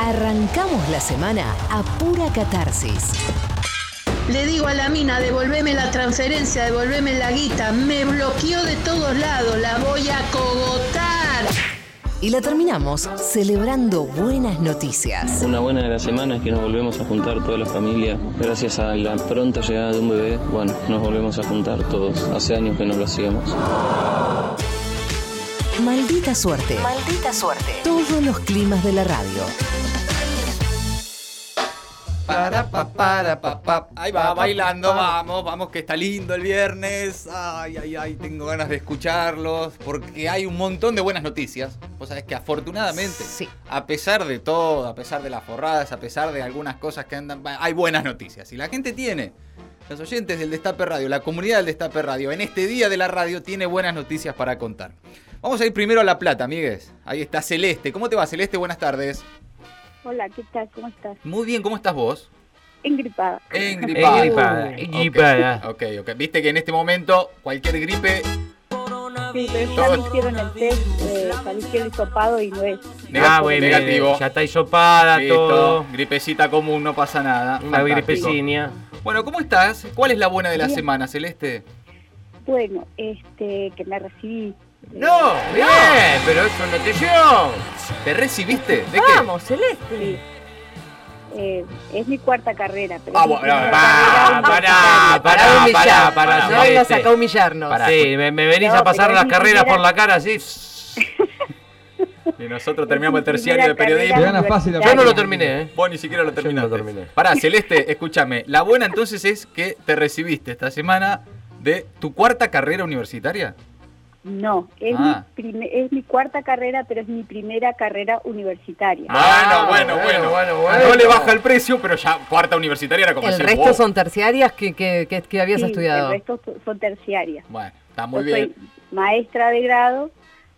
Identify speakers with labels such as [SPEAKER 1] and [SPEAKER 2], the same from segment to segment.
[SPEAKER 1] Arrancamos la semana a pura catarsis.
[SPEAKER 2] Le digo a la mina, devolveme la transferencia, devolveme la guita. Me bloqueó de todos lados, la voy a cogotar.
[SPEAKER 1] Y la terminamos celebrando buenas noticias.
[SPEAKER 3] Una buena de la semana es que nos volvemos a juntar toda la familia. Gracias a la pronta llegada de un bebé, bueno, nos volvemos a juntar todos. Hace años que no lo hacíamos.
[SPEAKER 1] Maldita suerte.
[SPEAKER 4] Maldita suerte.
[SPEAKER 1] Todos los climas de la radio.
[SPEAKER 5] Para, pa, para, pa, pa.
[SPEAKER 6] Ahí va,
[SPEAKER 5] Pa, pa,
[SPEAKER 6] bailando,
[SPEAKER 5] pa, pa.
[SPEAKER 6] vamos, vamos, que está lindo el viernes. Ay, ay, ay, tengo ganas de escucharlos, porque hay un montón de buenas noticias. Vos sabés que afortunadamente,
[SPEAKER 1] Sí.
[SPEAKER 6] a pesar de todo, a pesar de las forradas, a pesar de algunas cosas que andan, hay buenas noticias. Y la gente tiene, los oyentes del Destape Radio, la comunidad del Destape Radio, en este día de la radio, tiene buenas noticias para contar. Vamos a ir primero a La Plata, amigues. Ahí está Celeste. ¿Cómo te va, Celeste? Buenas tardes.
[SPEAKER 7] Hola, ¿qué tal? ¿Cómo estás?
[SPEAKER 6] Muy bien, ¿cómo estás vos?
[SPEAKER 7] Engripada.
[SPEAKER 6] Engripada.
[SPEAKER 5] Engripada, engripada.
[SPEAKER 6] Ok, ok. Viste que en este momento cualquier gripe
[SPEAKER 5] Ah,
[SPEAKER 7] Sí, pero ya
[SPEAKER 6] Todos.
[SPEAKER 7] me hicieron el test, eh, salí que el hisopado y no es.
[SPEAKER 6] nega-
[SPEAKER 5] Ah, bueno,
[SPEAKER 6] negativo.
[SPEAKER 5] Ya está hisopada,
[SPEAKER 6] Listo.
[SPEAKER 5] todo.
[SPEAKER 6] Gripecita común, no pasa nada.
[SPEAKER 5] Una
[SPEAKER 6] Fantástico.
[SPEAKER 5] gripecinia.
[SPEAKER 6] Bueno, ¿cómo estás? ¿Cuál es la buena de la
[SPEAKER 7] Bien.
[SPEAKER 6] semana, Celeste?
[SPEAKER 7] Bueno, este, que me recibí.
[SPEAKER 5] No, bien, pero eso no te llevo.
[SPEAKER 6] ¿Te recibiste? ¿De qué?
[SPEAKER 8] Vamos, Celeste.
[SPEAKER 7] Sí. Eh, es mi cuarta carrera. Pero
[SPEAKER 6] Ah,
[SPEAKER 7] es mi
[SPEAKER 6] bueno,
[SPEAKER 7] primera
[SPEAKER 5] Pará,
[SPEAKER 7] carrera
[SPEAKER 5] pará,
[SPEAKER 7] universitaria.
[SPEAKER 5] pará, pará, pará.
[SPEAKER 8] No vengas
[SPEAKER 5] Celeste.
[SPEAKER 8] acá a humillarnos.
[SPEAKER 5] Pará. este- Sí, me, me venís
[SPEAKER 7] No,
[SPEAKER 5] a pasar
[SPEAKER 7] pero
[SPEAKER 5] las
[SPEAKER 7] ni
[SPEAKER 5] carreras
[SPEAKER 7] siquiera-
[SPEAKER 5] por la cara así.
[SPEAKER 6] Y nosotros
[SPEAKER 7] Es
[SPEAKER 6] terminamos
[SPEAKER 7] mi
[SPEAKER 6] el terciario de
[SPEAKER 7] primera
[SPEAKER 6] periodismo.
[SPEAKER 7] carrera
[SPEAKER 9] Te gana fácil la
[SPEAKER 5] Yo no lo
[SPEAKER 7] universitaria.
[SPEAKER 5] terminé, ¿eh?
[SPEAKER 6] Vos ni siquiera lo
[SPEAKER 5] Yo no
[SPEAKER 6] terminaste.
[SPEAKER 5] lo terminé.
[SPEAKER 6] Pará, Celeste, escúchame. La buena entonces es que te recibiste esta semana de tu cuarta carrera universitaria.
[SPEAKER 7] No, es,
[SPEAKER 6] Ah.
[SPEAKER 7] mi prime- es mi cuarta carrera, pero es mi primera carrera universitaria.
[SPEAKER 5] Ah,
[SPEAKER 6] bueno, bueno, bueno,
[SPEAKER 5] bueno, bueno, bueno.
[SPEAKER 6] No le baja el precio, pero ya cuarta universitaria era como
[SPEAKER 8] El
[SPEAKER 6] decir,
[SPEAKER 8] resto
[SPEAKER 6] wow.
[SPEAKER 8] son terciarias que, que, que- que habías
[SPEAKER 7] Sí,
[SPEAKER 8] estudiado.
[SPEAKER 7] El resto so- son terciarias.
[SPEAKER 6] Bueno, está muy
[SPEAKER 7] Yo
[SPEAKER 6] bien.
[SPEAKER 7] soy maestra de grado,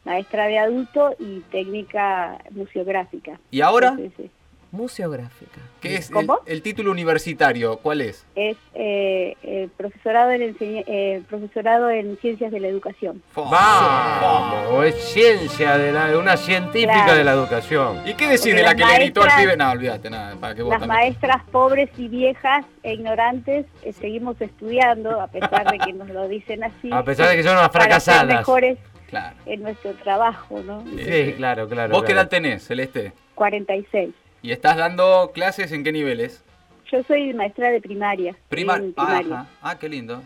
[SPEAKER 7] maestra de adulto y técnica museográfica.
[SPEAKER 6] ¿Y ahora?
[SPEAKER 7] Entonces, eh,
[SPEAKER 8] Museográfica.
[SPEAKER 6] ¿Qué es el,
[SPEAKER 7] ¿Cómo?
[SPEAKER 6] el título universitario? ¿Cuál es?
[SPEAKER 7] es eh, eh, profesorado, en enseñe- eh, profesorado en ciencias de la educación.
[SPEAKER 5] Vamos, es ciencia de la, una científica
[SPEAKER 7] Claro.
[SPEAKER 5] de la educación.
[SPEAKER 6] ¿Y qué decís de
[SPEAKER 7] Porque
[SPEAKER 6] la
[SPEAKER 7] las
[SPEAKER 6] que le gritó al
[SPEAKER 7] maestras-
[SPEAKER 6] pibe? No, olvídate, nada, para que vos
[SPEAKER 7] Las
[SPEAKER 6] también.
[SPEAKER 7] maestras pobres y viejas e ignorantes eh, seguimos estudiando, a pesar de que nos lo dicen así,
[SPEAKER 5] A pesar de que son unas
[SPEAKER 7] para ser
[SPEAKER 5] fracasadas.
[SPEAKER 7] mejores
[SPEAKER 6] Claro. Eh,
[SPEAKER 7] en nuestro trabajo, ¿no?
[SPEAKER 5] Sí, claro, claro.
[SPEAKER 6] ¿Vos qué
[SPEAKER 5] claro.
[SPEAKER 6] edad tenés, Celeste?
[SPEAKER 7] 46.
[SPEAKER 6] ¿Y estás dando clases en qué niveles?
[SPEAKER 7] Yo soy maestra de primaria.
[SPEAKER 6] Primar.
[SPEAKER 7] en
[SPEAKER 6] Ah,
[SPEAKER 7] primaria.
[SPEAKER 6] ajá. ah, qué lindo.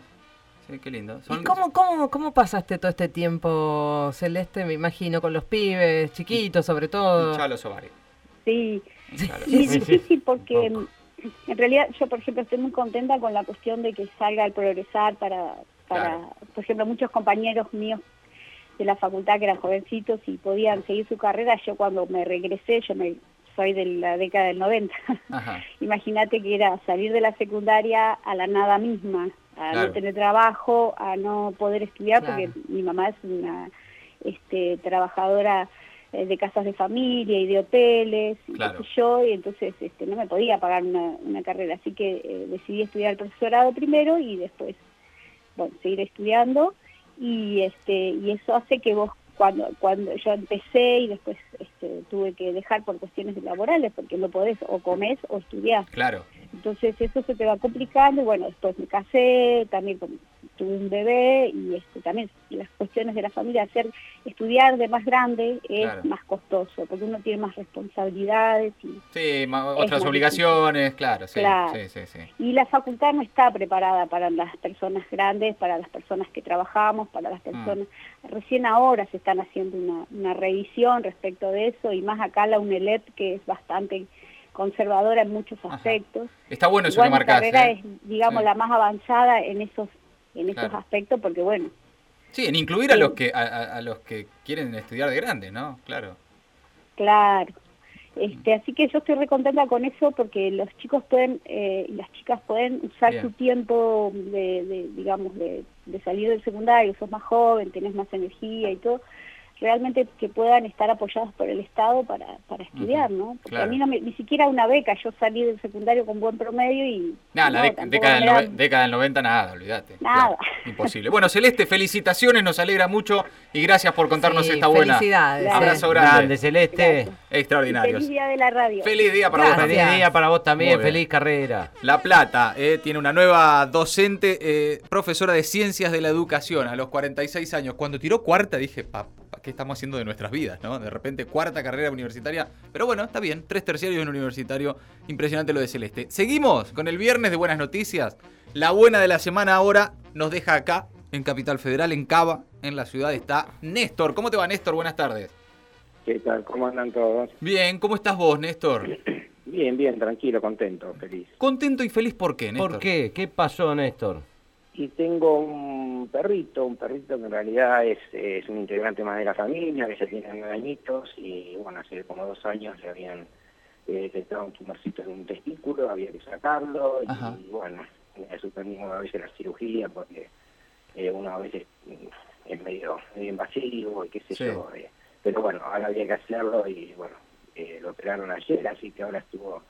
[SPEAKER 6] Sí, qué lindo. Son-
[SPEAKER 8] ¿Y cómo, cómo, cómo pasaste todo este tiempo, Celeste? Me imagino, con los pibes, chiquitos sobre todo.
[SPEAKER 6] Hinchá los ovarios.
[SPEAKER 7] Sí,
[SPEAKER 6] hinchá los-
[SPEAKER 7] Y
[SPEAKER 5] Sí,
[SPEAKER 7] es
[SPEAKER 5] sí.
[SPEAKER 7] difícil porque mm, en realidad yo, por ejemplo, estoy muy contenta con la cuestión de que salga el progresar para, para
[SPEAKER 6] Claro.
[SPEAKER 7] por ejemplo, muchos compañeros míos de la facultad que eran jovencitos y podían seguir su carrera. Yo cuando me regresé, yo me soy de la década del 90,
[SPEAKER 6] Ajá.
[SPEAKER 7] imagínate que era salir de la secundaria a la nada misma, a
[SPEAKER 6] Claro.
[SPEAKER 7] no tener trabajo, a no poder estudiar,
[SPEAKER 8] Claro.
[SPEAKER 7] porque mi mamá es una este, trabajadora eh, de casas de familia y de hoteles, y qué
[SPEAKER 6] Claro.
[SPEAKER 7] sé yo, y entonces este, no me podía pagar una, una carrera, así que eh, decidí estudiar el profesorado primero y después, bueno, seguir estudiando, y, este, y eso hace que vos... Cuando, cuando yo empecé y después este, tuve que dejar por cuestiones laborales, porque no podés o comés o estudiás.
[SPEAKER 6] Claro.
[SPEAKER 7] Entonces eso se te va complicando y bueno, después me casé, también con- tuve un bebé y este, también las cuestiones de la familia, hacer estudiar de más grande es
[SPEAKER 6] Claro.
[SPEAKER 7] más costoso, porque uno tiene más responsabilidades y,
[SPEAKER 6] Sí, ma-
[SPEAKER 7] Es
[SPEAKER 6] otras
[SPEAKER 7] más
[SPEAKER 6] obligaciones, claro, sí,
[SPEAKER 7] Claro.
[SPEAKER 6] sí, sí, sí.
[SPEAKER 7] y la facultad no está preparada para las personas grandes, para las personas que trabajamos, para
[SPEAKER 6] Mm.
[SPEAKER 7] las personas... Recién ahora se están haciendo una, una revisión respecto de eso y más acá la UNELEP que es bastante conservadora en muchos
[SPEAKER 6] Ajá.
[SPEAKER 7] aspectos.
[SPEAKER 6] Está bueno eso
[SPEAKER 7] Igual
[SPEAKER 6] que
[SPEAKER 7] mi
[SPEAKER 6] marcás. ¿eh?
[SPEAKER 7] carrera es, digamos,
[SPEAKER 6] Sí.
[SPEAKER 7] la más avanzada en esos en esos
[SPEAKER 6] Claro.
[SPEAKER 7] aspectos, porque bueno,
[SPEAKER 6] Sí, en incluir a
[SPEAKER 7] Sí.
[SPEAKER 6] los que a, a- a los que quieren estudiar de grande, ¿no? Claro.
[SPEAKER 7] claro. Este,
[SPEAKER 6] Mm.
[SPEAKER 7] así que yo estoy recontenta con eso porque los chicos pueden, eh, y las chicas pueden usar
[SPEAKER 6] Bien.
[SPEAKER 7] su tiempo de, de, digamos, de, de salir del secundario, sos más joven, tenés más energía y todo,
[SPEAKER 8] realmente que puedan estar apoyados por el Estado para, para estudiar, ¿no? Porque
[SPEAKER 10] claro.
[SPEAKER 8] a mí no me- ni siquiera una beca, yo salí del secundario con buen promedio y...
[SPEAKER 6] Nada,
[SPEAKER 8] no,
[SPEAKER 6] la de-
[SPEAKER 8] tampoco
[SPEAKER 6] década, del
[SPEAKER 8] me dan-
[SPEAKER 6] nove- década del 90, nada, olvídate.
[SPEAKER 8] Nada.
[SPEAKER 6] imposible. Bueno, Celeste, felicitaciones, nos alegra mucho y gracias por contarnos
[SPEAKER 1] Sí,
[SPEAKER 6] esta buena.
[SPEAKER 1] Felicidades. eh.
[SPEAKER 8] Gracias.
[SPEAKER 6] Abrazo
[SPEAKER 5] Grande,
[SPEAKER 6] grande.
[SPEAKER 5] Celeste.
[SPEAKER 8] Gracias.
[SPEAKER 6] Extraordinarios.
[SPEAKER 8] Feliz día de la radio.
[SPEAKER 6] Feliz día para vos
[SPEAKER 1] Gracias.
[SPEAKER 6] también.
[SPEAKER 5] Feliz día para vos también,
[SPEAKER 6] Muy bien.
[SPEAKER 5] feliz carrera.
[SPEAKER 6] La Plata eh, tiene una nueva docente, eh, profesora de ciencias de la educación a los 46 años. Cuando tiró cuarta dije, "Pa- pa, ¿qué estamos haciendo de nuestras vidas? no? De repente cuarta carrera universitaria. Pero bueno, está bien, tres terciarios en un universitario. Impresionante lo de Celeste. Seguimos con el viernes de Buenas Noticias. La buena de la semana ahora nos deja acá, en Capital Federal, en Cava, en la ciudad está Néstor. ¿Cómo te va Néstor? Buenas tardes.
[SPEAKER 11] ¿Qué tal? ¿Cómo andan todos?
[SPEAKER 6] Bien, ¿cómo estás vos Néstor?
[SPEAKER 11] Bien, bien, tranquilo, contento, feliz.
[SPEAKER 6] Contento y feliz, ¿por qué Néstor?
[SPEAKER 5] ¿Por qué? ¿Qué pasó, Néstor?
[SPEAKER 11] Y tengo un perrito, un perrito que en realidad es, es un integrante más de la familia, que ya tiene nueve añitos y bueno, hace como dos años le habían eh, detectado un tumorcito en un testículo, había que sacarlo y,
[SPEAKER 6] Ajá.
[SPEAKER 11] bueno, me suspendimos a veces la cirugía porque eh, uno a veces mm, es medio, medio invasivo y qué sé
[SPEAKER 6] Sí.
[SPEAKER 11] yo. eh, pero bueno, ahora había que hacerlo y bueno, eh, lo operaron ayer, así que ahora estuvo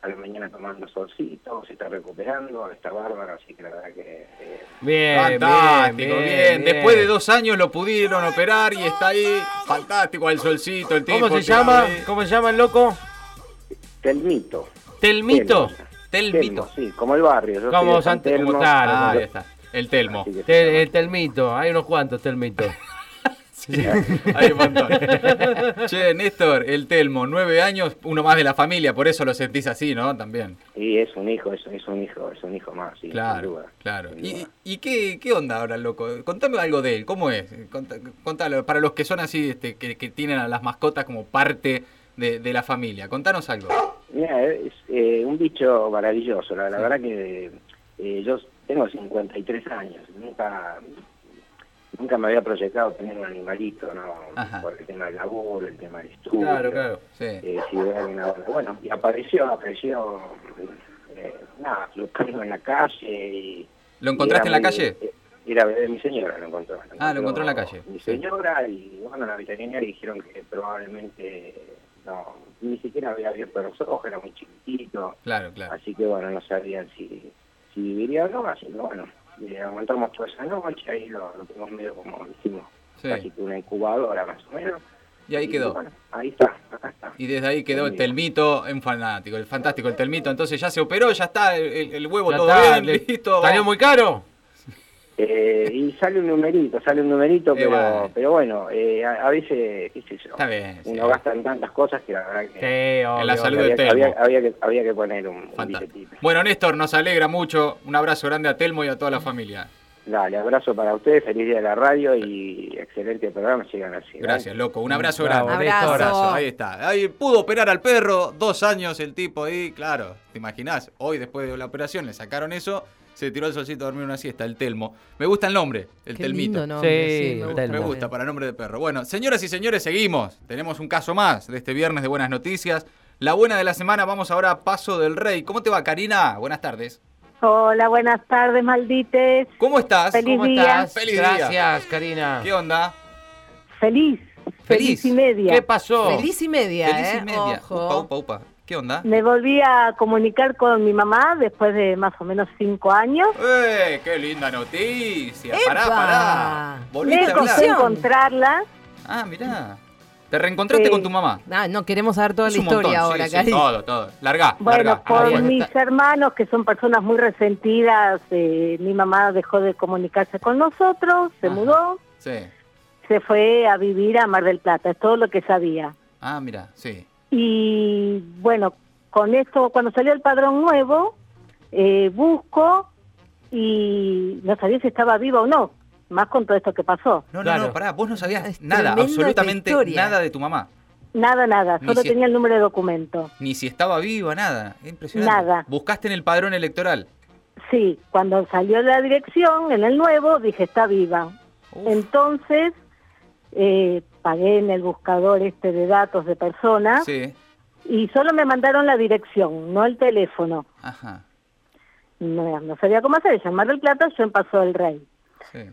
[SPEAKER 11] a la mañana tomando solcito, se está recuperando, está bárbaro, así que la verdad que... eh,
[SPEAKER 5] Bien,
[SPEAKER 6] Fantástico, bien,
[SPEAKER 5] bien, bien.
[SPEAKER 6] Después de dos años lo pudieron operar y está ahí. Fantástico, al solcito, el tipo.
[SPEAKER 5] ¿Cómo se
[SPEAKER 6] tirado
[SPEAKER 5] llama?
[SPEAKER 6] ahí.
[SPEAKER 5] ¿Cómo se llama el loco?
[SPEAKER 11] Telmito.
[SPEAKER 5] Telmito.
[SPEAKER 6] Telmito.
[SPEAKER 11] Telmo, sí, como el barrio. yo soy
[SPEAKER 5] Como
[SPEAKER 11] de San
[SPEAKER 5] Santo, como
[SPEAKER 11] Telmo,
[SPEAKER 5] claro.
[SPEAKER 6] Ah,
[SPEAKER 5] como-
[SPEAKER 6] ahí está. El Telmo.
[SPEAKER 11] así que-
[SPEAKER 5] Tel- el eh, telmito, hay unos cuantos telmitos.
[SPEAKER 6] Hay un montón. che, Néstor, el Telmo, nueve años, uno más de la familia, por eso lo sentís así, ¿no? También.
[SPEAKER 11] Y es un hijo, es, es un hijo, es un hijo más, sí, sin
[SPEAKER 6] Claro,
[SPEAKER 11] duda.
[SPEAKER 6] claro.
[SPEAKER 11] sin
[SPEAKER 6] ¿Y,
[SPEAKER 11] duda.
[SPEAKER 6] y qué, qué onda ahora, loco? Contame algo de él, ¿cómo es? Conta- Contalo, para los que son así, este, que, que tienen a las mascotas como parte de, de la familia. Contanos algo.
[SPEAKER 11] Mira, es eh, un bicho maravilloso, la, la verdad que eh, yo tengo 53 años, nunca nunca me había proyectado tener un animalito, ¿no?
[SPEAKER 6] Ajá.
[SPEAKER 11] Por el tema del laburo, el tema del estudio.
[SPEAKER 6] Sí.
[SPEAKER 11] eh, si hubiera alguna otra. Bueno, y apareció, apareció, eh, nada, buscando en la calle y...
[SPEAKER 6] ¿Lo encontraste en la
[SPEAKER 11] era muy-
[SPEAKER 6] calle?
[SPEAKER 11] eh, Era de mi señora, lo encontró.
[SPEAKER 6] Ah, lo encontró en la calle,
[SPEAKER 11] Mi
[SPEAKER 6] sí.
[SPEAKER 11] señora y, bueno, la veterinaria dijeron que probablemente no, ni siquiera había abierto los ojos, era muy chiquitito,
[SPEAKER 6] Claro, claro.
[SPEAKER 11] así que, bueno, no sabían si, si viviría o no, así que, bueno, eh, aguantamos toda esa noche, ahí lo, lo tuvimos medio como hicimos,
[SPEAKER 6] Sí.
[SPEAKER 11] casi que una incubadora más o menos.
[SPEAKER 6] Y ahí quedó.
[SPEAKER 11] bueno, ahí está, acá está.
[SPEAKER 6] Y desde ahí quedó el
[SPEAKER 11] Sí.
[SPEAKER 6] Telmito en fanático, el fantástico el Telmito. Entonces ya se operó, ya está el, el- el huevo
[SPEAKER 5] Ya
[SPEAKER 6] todo
[SPEAKER 5] está,
[SPEAKER 6] bien,
[SPEAKER 5] le-
[SPEAKER 6] listo.
[SPEAKER 5] ¿Salió muy caro?
[SPEAKER 11] Eh, y sale un numerito, sale un numerito,
[SPEAKER 6] Eh,
[SPEAKER 11] pero,
[SPEAKER 6] bueno.
[SPEAKER 11] pero bueno, eh, a, a veces, qué sé yo,
[SPEAKER 6] Está bien, sí.
[SPEAKER 11] uno gasta en tantas cosas que la verdad que,
[SPEAKER 5] Sí,
[SPEAKER 11] que
[SPEAKER 5] obvio,
[SPEAKER 6] Eh, la salud
[SPEAKER 5] obvio.
[SPEAKER 6] de
[SPEAKER 11] había,
[SPEAKER 6] Telmo.
[SPEAKER 11] había- había que, había que poner un, un
[SPEAKER 6] Fantástico.
[SPEAKER 11] billetito.
[SPEAKER 6] Bueno, Néstor, nos alegra mucho. Un abrazo grande a Telmo y a toda la familia.
[SPEAKER 11] Dale, abrazo para ustedes, feliz día de la radio y excelente programa, sigan así. ¿eh? ¿vale?
[SPEAKER 6] Gracias, loco. Un abrazo
[SPEAKER 5] Bravo,
[SPEAKER 6] grande.
[SPEAKER 1] Néstor. Abrazo.
[SPEAKER 6] Ahí está. Ahí pudo operar al perro. Dos años el tipo ahí, claro. ¿Te imaginás? Hoy, después de la operación, le sacaron eso. Se tiró el solcito a dormir una siesta, el Telmo. Me gusta el nombre, el
[SPEAKER 1] Qué
[SPEAKER 6] Telmito.
[SPEAKER 1] lindo nombre,
[SPEAKER 5] Sí,
[SPEAKER 1] sí, me
[SPEAKER 5] el
[SPEAKER 1] gusta
[SPEAKER 5] Telmo.
[SPEAKER 6] Me
[SPEAKER 1] también.
[SPEAKER 6] gusta, para nombre de perro. Bueno, señoras y señores, seguimos. Tenemos un caso más de este viernes de Buenas Noticias. La buena de la semana, vamos ahora a Paso del Rey. ¿Cómo te va, Karina? Buenas tardes.
[SPEAKER 7] Hola, buenas tardes, maldites.
[SPEAKER 6] ¿Cómo estás?
[SPEAKER 7] Feliz
[SPEAKER 5] ¿Cómo
[SPEAKER 7] día.
[SPEAKER 5] estás?
[SPEAKER 6] Feliz día.
[SPEAKER 5] Gracias, Karina.
[SPEAKER 6] ¿Qué onda?
[SPEAKER 7] Feliz.
[SPEAKER 6] Feliz.
[SPEAKER 7] y media.
[SPEAKER 5] ¿Qué pasó?
[SPEAKER 8] Oh.
[SPEAKER 1] Feliz y media,
[SPEAKER 6] Feliz
[SPEAKER 1] ¿eh?
[SPEAKER 6] y media.
[SPEAKER 1] Ojo.
[SPEAKER 6] Upa, upa, upa. ¿Qué onda?
[SPEAKER 7] Me volví a comunicar con mi mamá después de más o menos cinco años.
[SPEAKER 6] ¡Eh! ¡Qué linda noticia! ¡Pará,
[SPEAKER 1] ¡Epa!
[SPEAKER 6] pará! ¿Volviste
[SPEAKER 7] Me
[SPEAKER 6] a
[SPEAKER 7] costó
[SPEAKER 6] hablar?
[SPEAKER 1] Emoción.
[SPEAKER 7] encontrarla.
[SPEAKER 6] Ah, mirá. Te reencontraste
[SPEAKER 7] Sí.
[SPEAKER 6] con tu mamá.
[SPEAKER 1] Ah, no, queremos saber toda
[SPEAKER 6] Es
[SPEAKER 1] la
[SPEAKER 6] un
[SPEAKER 1] historia
[SPEAKER 6] montón, sí,
[SPEAKER 1] ahora,
[SPEAKER 6] sí,
[SPEAKER 1] Cari.
[SPEAKER 6] Todo, todo. Largá,
[SPEAKER 7] Bueno,
[SPEAKER 6] largá.
[SPEAKER 7] por
[SPEAKER 5] Ah, bueno,
[SPEAKER 7] mis
[SPEAKER 5] está-
[SPEAKER 7] hermanos, que son personas muy resentidas, eh, mi mamá dejó de comunicarse con nosotros, se
[SPEAKER 6] Ajá.
[SPEAKER 7] mudó,
[SPEAKER 6] Sí.
[SPEAKER 7] se fue a vivir a Mar del Plata, es todo lo que sabía.
[SPEAKER 6] Ah, mirá, sí.
[SPEAKER 7] Y bueno, con esto, cuando salió el padrón nuevo, eh, busco y no sabía si estaba viva o no, más con todo esto que pasó.
[SPEAKER 6] No, no,
[SPEAKER 5] Claro.
[SPEAKER 6] no, pará, vos no sabías
[SPEAKER 1] Es
[SPEAKER 6] nada,
[SPEAKER 1] tremenda
[SPEAKER 6] absolutamente
[SPEAKER 1] esta historia.
[SPEAKER 6] nada de tu mamá.
[SPEAKER 7] Nada, nada,
[SPEAKER 6] Ni
[SPEAKER 7] solo
[SPEAKER 6] si-
[SPEAKER 7] tenía el número de documento.
[SPEAKER 6] Ni si estaba viva, nada. Es Impresionante.
[SPEAKER 7] Nada.
[SPEAKER 6] Buscaste en el padrón electoral.
[SPEAKER 7] Sí, cuando salió la dirección en el nuevo, dije, está viva.
[SPEAKER 6] Uf.
[SPEAKER 7] Entonces, eh, pagué en el buscador este de datos de persona
[SPEAKER 6] Sí.
[SPEAKER 7] y solo me mandaron la dirección, no el teléfono.
[SPEAKER 6] Ajá.
[SPEAKER 7] No, no sabía cómo hacer, llamar del Plata, yo en Paso del Rey.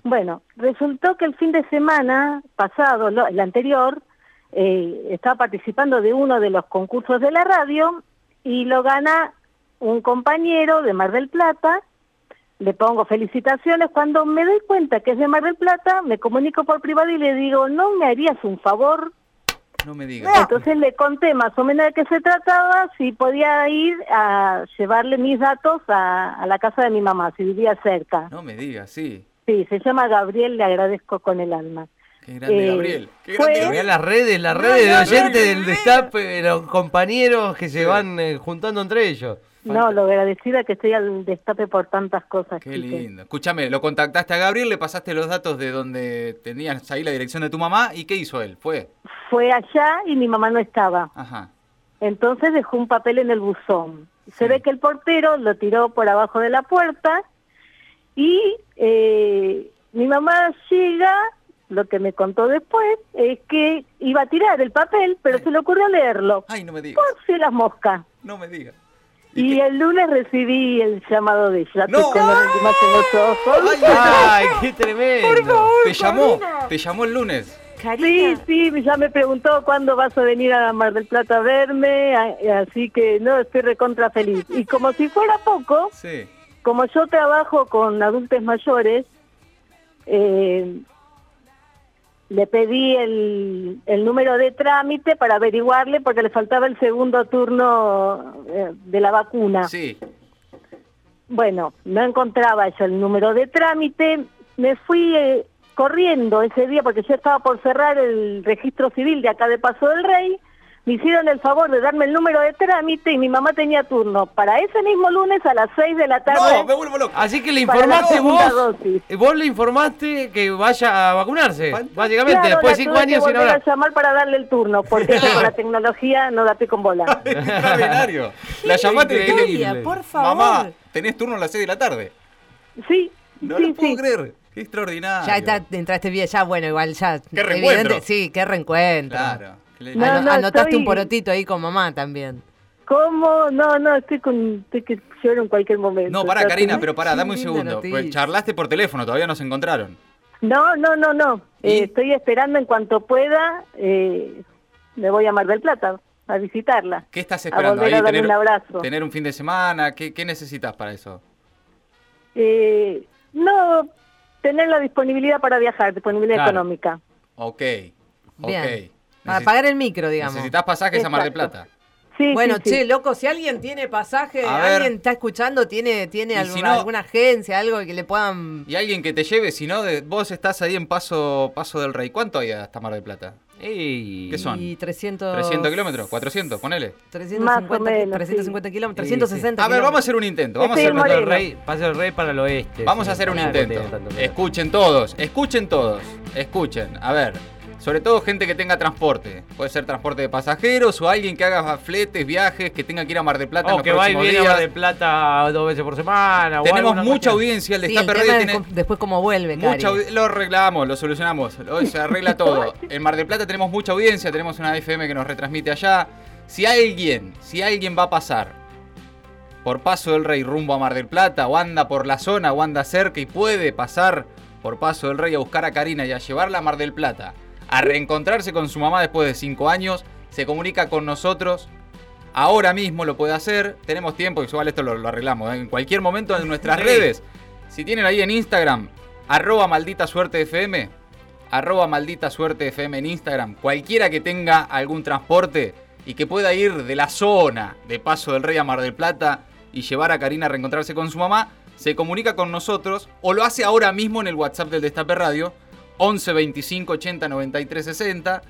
[SPEAKER 7] Bueno, resultó que el fin de semana pasado, lo- el anterior, eh, estaba participando de uno de los concursos de la radio y lo gana un compañero de Mar del Plata. Le pongo felicitaciones. Cuando me doy cuenta que es de Mar del Plata, me comunico por privado y le digo, ¿no me harías un favor?
[SPEAKER 6] No me digas.
[SPEAKER 7] Entonces le conté más o menos de qué se trataba, si podía ir a llevarle mis datos a, a la casa de mi mamá, si vivía cerca.
[SPEAKER 6] No me digas, sí.
[SPEAKER 7] Sí, se llama Gabriel, le agradezco con el alma.
[SPEAKER 6] Qué
[SPEAKER 5] grande,
[SPEAKER 6] Gabriel. Qué
[SPEAKER 7] fue-
[SPEAKER 5] Que vean las redes, las redes de oyentes del destape, los compañeros que se van eh, juntando entre ellos.
[SPEAKER 7] No, lo agradecida que estoy al destape por tantas cosas.
[SPEAKER 6] Qué
[SPEAKER 7] chicos.
[SPEAKER 6] lindo. Escúchame, lo contactaste a Gabriel, le pasaste los datos de donde tenías ahí la dirección de tu mamá y ¿qué hizo él? Fue.
[SPEAKER 7] Fue allá y mi mamá no estaba.
[SPEAKER 6] Ajá.
[SPEAKER 7] Entonces dejó un papel en el buzón. Se ve que el portero lo tiró por abajo de la puerta y eh, mi mamá llega, lo que me contó después, es que iba a tirar el papel, pero se le ocurrió leerlo.
[SPEAKER 6] Ay, no me digas.
[SPEAKER 7] Por si las moscas.
[SPEAKER 6] No me digas.
[SPEAKER 7] Y el lunes recibí el llamado de ella.
[SPEAKER 6] No.
[SPEAKER 7] que con la lágrima en los ojos.
[SPEAKER 6] Ay,
[SPEAKER 5] qué tremendo.
[SPEAKER 6] Por
[SPEAKER 7] favor,
[SPEAKER 6] Te llamó,
[SPEAKER 7] Corina.
[SPEAKER 6] te llamó el lunes.
[SPEAKER 7] Sí, sí, ya me preguntó cuándo vas a venir a Mar del Plata a verme, a- así que no, estoy recontra feliz. Y como si fuera poco,
[SPEAKER 6] Sí.
[SPEAKER 7] como yo trabajo con adultos mayores, eh, le pedí el, el número de trámite para averiguarle porque le faltaba el segundo turno eh, de la vacuna.
[SPEAKER 6] Sí.
[SPEAKER 7] Bueno, no encontraba yo el número de trámite, me fui eh, corriendo ese día porque yo estaba por cerrar el registro civil de acá de Paso del Rey, me hicieron el favor de darme el número de trámite y mi mamá tenía turno para ese mismo lunes a las 6 de la tarde.
[SPEAKER 5] Así que le
[SPEAKER 7] Para la
[SPEAKER 5] informaste
[SPEAKER 7] segunda
[SPEAKER 5] vos, eh, vos le informaste que vaya a vacunarse, básicamente,
[SPEAKER 7] Claro,
[SPEAKER 5] después
[SPEAKER 7] la
[SPEAKER 5] de cinco
[SPEAKER 7] tuve que
[SPEAKER 5] años sin
[SPEAKER 7] volver
[SPEAKER 5] hablar.
[SPEAKER 7] a llamar para darle el turno, porque eso con la tecnología no da pie con bola.
[SPEAKER 6] Extraordinario. La llamaste y le dijiste,
[SPEAKER 7] historia, por favor.
[SPEAKER 6] Mamá, tenés turno a las 6 de la tarde.
[SPEAKER 7] Sí.
[SPEAKER 6] No lo puedo creer. Qué extraordinario.
[SPEAKER 8] Ya está- entraste bien, ya bueno, igual ya. Qué
[SPEAKER 6] Ah, reencuentro.
[SPEAKER 8] Sí, qué reencuentro.
[SPEAKER 6] Claro.
[SPEAKER 7] Ah, No,
[SPEAKER 8] Ano-
[SPEAKER 7] no,
[SPEAKER 8] anotaste
[SPEAKER 7] estoy-
[SPEAKER 8] un porotito ahí con mamá también.
[SPEAKER 7] ¿Cómo? No, no, estoy con... Estoy que lloro en cualquier momento.
[SPEAKER 6] No, pará,
[SPEAKER 7] O sea,
[SPEAKER 6] Karina,
[SPEAKER 7] tenés-
[SPEAKER 6] pero pará, dame un
[SPEAKER 7] Sí,
[SPEAKER 6] segundo.
[SPEAKER 7] noticia.
[SPEAKER 6] Pues charlaste por teléfono, todavía no se encontraron.
[SPEAKER 7] No, no, no, no. Eh, estoy esperando en cuanto pueda. eh, me voy a Mar del Plata a visitarla.
[SPEAKER 6] ¿Qué estás
[SPEAKER 7] A
[SPEAKER 6] esperando?
[SPEAKER 7] volver a darle
[SPEAKER 6] tener,
[SPEAKER 7] un abrazo.
[SPEAKER 6] tener un fin de semana, ¿qué, qué necesitas para eso?
[SPEAKER 7] Eh, no, tener la disponibilidad para viajar, disponibilidad
[SPEAKER 6] Claro.
[SPEAKER 7] económica.
[SPEAKER 6] Ok, ok.
[SPEAKER 8] Bien.
[SPEAKER 7] Ah,
[SPEAKER 8] Para pagar el micro, digamos.
[SPEAKER 6] Necesitas pasajes a Mar del Plata.
[SPEAKER 8] bueno,
[SPEAKER 7] sí, sí.
[SPEAKER 8] che, loco, si alguien tiene pasaje,
[SPEAKER 6] A ver.
[SPEAKER 8] alguien está escuchando, tiene, tiene
[SPEAKER 6] Y
[SPEAKER 8] alguna,
[SPEAKER 6] si no-
[SPEAKER 8] alguna agencia, algo que le puedan.
[SPEAKER 6] Y alguien que te lleve, si no, de- vos estás ahí en Paso paso del Rey. ¿Cuánto hay hasta Mar del Plata? ¿Qué son?
[SPEAKER 8] Y 300.
[SPEAKER 6] 300 kilómetros, 400, ponele.
[SPEAKER 8] 350,
[SPEAKER 7] Más o menos,
[SPEAKER 8] 350 kilómetros,
[SPEAKER 5] Sí, sí.
[SPEAKER 8] 360
[SPEAKER 6] A ver, vamos a hacer un intento. Vamos a hacer un
[SPEAKER 5] Paso del
[SPEAKER 6] intento.
[SPEAKER 5] rey, Paso del rey para el oeste.
[SPEAKER 6] Vamos a
[SPEAKER 5] sí,
[SPEAKER 6] hacer un
[SPEAKER 5] claro,
[SPEAKER 6] intento.
[SPEAKER 5] tiene tanto que ver.
[SPEAKER 6] Escuchen todos, escuchen todos, escuchen. A ver, sobre todo gente que tenga transporte. Puede ser transporte de pasajeros o alguien que haga fletes, viajes, que tenga que ir a Mar del Plata en
[SPEAKER 5] O
[SPEAKER 6] los
[SPEAKER 5] Oh, que va y
[SPEAKER 6] próximos
[SPEAKER 5] viene a
[SPEAKER 6] días.
[SPEAKER 5] Mar del Plata dos veces por semana. o
[SPEAKER 6] Tenemos
[SPEAKER 5] alguna
[SPEAKER 6] mucha
[SPEAKER 5] cuestión.
[SPEAKER 6] audiencia, el
[SPEAKER 8] Sí,
[SPEAKER 6] Destape
[SPEAKER 8] el
[SPEAKER 6] Radio
[SPEAKER 8] tema de
[SPEAKER 6] tiene
[SPEAKER 8] com- después cómo vuelve, Cari.
[SPEAKER 6] mucha audi- Lo arreglamos, lo solucionamos, lo- se arregla todo. En Mar del Plata tenemos mucha audiencia, tenemos una FM que nos retransmite allá. Si alguien, si alguien va a pasar por Paso del Rey rumbo a Mar del Plata, o anda por la zona, o anda cerca y puede pasar por Paso del Rey a buscar a Karina y a llevarla a Mar del Plata, a reencontrarse con su mamá después de 5 años, se comunica con nosotros. Ahora mismo lo puede hacer, tenemos tiempo, igual esto lo, lo arreglamos, ¿eh? en cualquier momento en nuestras
[SPEAKER 5] Sí.
[SPEAKER 6] redes. Si tienen ahí en Instagram, arroba maldita suerte FM, arroba maldita suerte FM en Instagram, cualquiera que tenga algún transporte y que pueda ir de la zona de Paso del Rey a Mar del Plata y llevar a Karina a reencontrarse con su mamá, se comunica con nosotros o lo hace ahora mismo en el WhatsApp del Destape Radio, 11 25 80 93 60.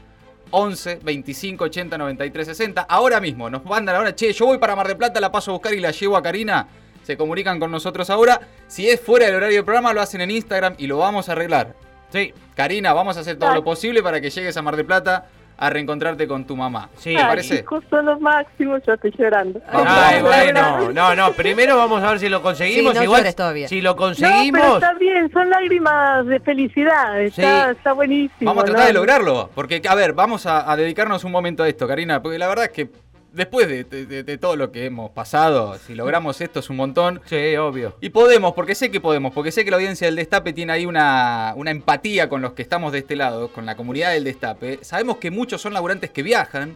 [SPEAKER 6] 11 25 80 93 60. Ahora mismo nos mandan ahora, che, yo voy para Mar del Plata, la paso a buscar y la llevo a Karina. Se comunican con nosotros ahora. Si es fuera del horario del programa, lo hacen en Instagram y lo vamos a arreglar.
[SPEAKER 5] Sí.
[SPEAKER 6] Karina, vamos a hacer todo lo posible para que llegues a Mar del Plata a reencontrarte con tu mamá.
[SPEAKER 5] Sí.
[SPEAKER 6] ¿Te
[SPEAKER 7] Ay,
[SPEAKER 6] parece?
[SPEAKER 7] chicos, son los máximos, yo estoy llorando.
[SPEAKER 5] Ay, bueno, no, no, primero vamos a ver si lo conseguimos.
[SPEAKER 8] Sí, no
[SPEAKER 5] Igual,
[SPEAKER 8] llores todavía.
[SPEAKER 5] si lo
[SPEAKER 7] No, pero
[SPEAKER 5] conseguimos,
[SPEAKER 7] está bien, son lágrimas de felicidad, está,
[SPEAKER 6] Sí.
[SPEAKER 7] está buenísimo.
[SPEAKER 6] Vamos a
[SPEAKER 7] ¿no?
[SPEAKER 6] tratar de lograrlo, porque, a ver, vamos a, a dedicarnos un momento a esto, Karina, porque la verdad es que después de, de- de todo lo que hemos pasado, si logramos esto es un montón.
[SPEAKER 5] Sí, obvio.
[SPEAKER 6] Y podemos, porque sé que podemos, porque sé que la audiencia del Destape tiene ahí una, una empatía con los que estamos de este lado, con la comunidad del Destape. Sabemos que muchos son laburantes que viajan,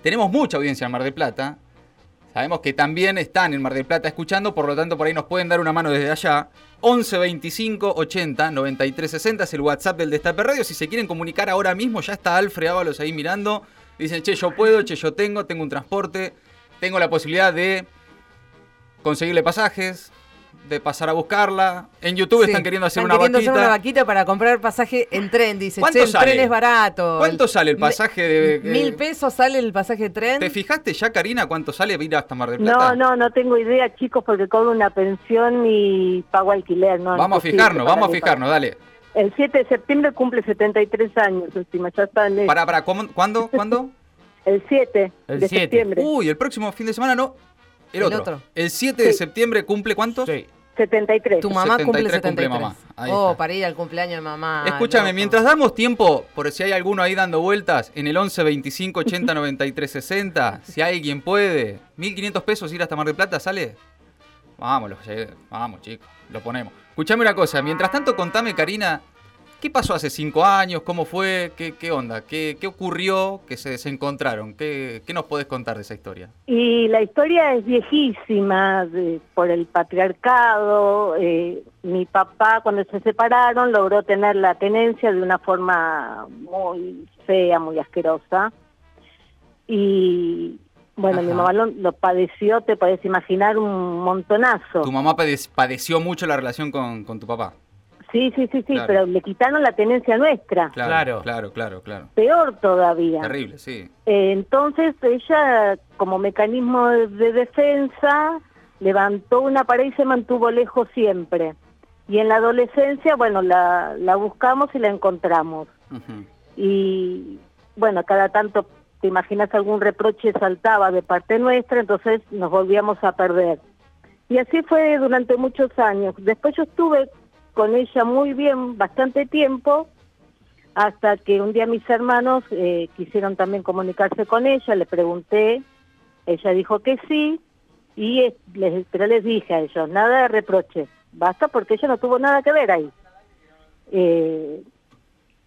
[SPEAKER 6] tenemos mucha audiencia en Mar del Plata, sabemos que también están en Mar del Plata escuchando, por lo tanto por ahí nos pueden dar una mano desde allá. 11 25 80 93 60 es el WhatsApp del Destape Radio. Si se quieren comunicar ahora mismo, ya está Alfred Ábalos ahí mirando. Dicen, che, yo puedo, che, yo tengo, tengo un transporte, tengo la posibilidad de conseguirle pasajes, de pasar a buscarla. En YouTube
[SPEAKER 8] Sí,
[SPEAKER 6] están queriendo hacer
[SPEAKER 8] están
[SPEAKER 6] una
[SPEAKER 8] queriendo hacer
[SPEAKER 6] vaquita.
[SPEAKER 8] una vaquita para comprar pasaje en tren, dice.
[SPEAKER 6] ¿Cuánto
[SPEAKER 8] che, el
[SPEAKER 6] sale?
[SPEAKER 8] tren es barato.
[SPEAKER 6] ¿Cuánto sale el pasaje de... eh,
[SPEAKER 8] ¿Mil pesos sale el pasaje de tren?
[SPEAKER 6] ¿Te fijaste ya, Karina, cuánto sale ir hasta Mar del Plata?
[SPEAKER 7] No, no, no tengo idea, chicos, porque cobro una pensión y pago alquiler. No,
[SPEAKER 6] Vamos a
[SPEAKER 7] imposible
[SPEAKER 6] fijarnos,
[SPEAKER 7] para
[SPEAKER 6] vamos a
[SPEAKER 7] mí, para-
[SPEAKER 6] fijarnos, dale.
[SPEAKER 7] El 7 de septiembre cumple 73 años, estima, ya está en
[SPEAKER 6] Para, para, ¿cuándo? ¿Cuándo?
[SPEAKER 7] El 7
[SPEAKER 6] El Uh.
[SPEAKER 7] de
[SPEAKER 6] 7.
[SPEAKER 7] septiembre.
[SPEAKER 6] Uy, el próximo fin de semana no. El,
[SPEAKER 7] El
[SPEAKER 6] otro.
[SPEAKER 7] otro.
[SPEAKER 6] El 7 de septiembre cumple cuántos?
[SPEAKER 7] 73.
[SPEAKER 8] Tu mamá cumple
[SPEAKER 6] 73 cumple
[SPEAKER 8] 73.
[SPEAKER 6] mamá. Ahí
[SPEAKER 8] oh,
[SPEAKER 6] está.
[SPEAKER 8] para ir al cumpleaños de mamá.
[SPEAKER 6] Escúchame,
[SPEAKER 8] Ah, loco.
[SPEAKER 6] mientras damos tiempo, por si hay alguno ahí dando vueltas, en el 11 25 80 93 60, si alguien puede, 1500 pesos ir hasta Mar del Plata, ¿sale? Vamos, lo- vamos, chicos, lo ponemos. Escuchame una cosa, mientras tanto contame, Karina, ¿qué pasó hace cinco años? ¿Cómo fue? ¿Qué, qué onda? ¿Qué, ¿Qué ocurrió? ¿Qué se desencontraron? ¿Qué, ¿Qué nos podés contar de esa historia?
[SPEAKER 7] Y la historia es viejísima, de- por el patriarcado. eh, mi papá, cuando se separaron, logró tener la tenencia de una forma muy fea, muy asquerosa. Y bueno, mi
[SPEAKER 6] Ajá.
[SPEAKER 7] mamá lo, lo padeció, te puedes imaginar, un montonazo.
[SPEAKER 6] Tu mamá pade- padeció mucho la relación con, con tu papá.
[SPEAKER 7] Sí, sí, sí, sí,
[SPEAKER 6] Claro.
[SPEAKER 7] pero le quitaron la tenencia nuestra.
[SPEAKER 6] Claro, claro, claro, claro.
[SPEAKER 7] Peor todavía.
[SPEAKER 6] Terrible, sí.
[SPEAKER 7] Eh, Entonces ella, como mecanismo de- de defensa, levantó una pared y se mantuvo lejos siempre. Y en la adolescencia, bueno, la, la buscamos y la encontramos.
[SPEAKER 6] Ujú.
[SPEAKER 7] Y bueno, cada tanto, te imaginas, algún reproche saltaba de parte nuestra, entonces nos volvíamos a perder. Y así fue durante muchos años. Después yo estuve con ella muy bien, bastante tiempo, hasta que un día mis hermanos eh, quisieron también comunicarse con ella, le pregunté, ella dijo que sí, y eh, les, pero les dije a ellos, nada de reproches, basta porque ella no tuvo nada que ver ahí. Eh,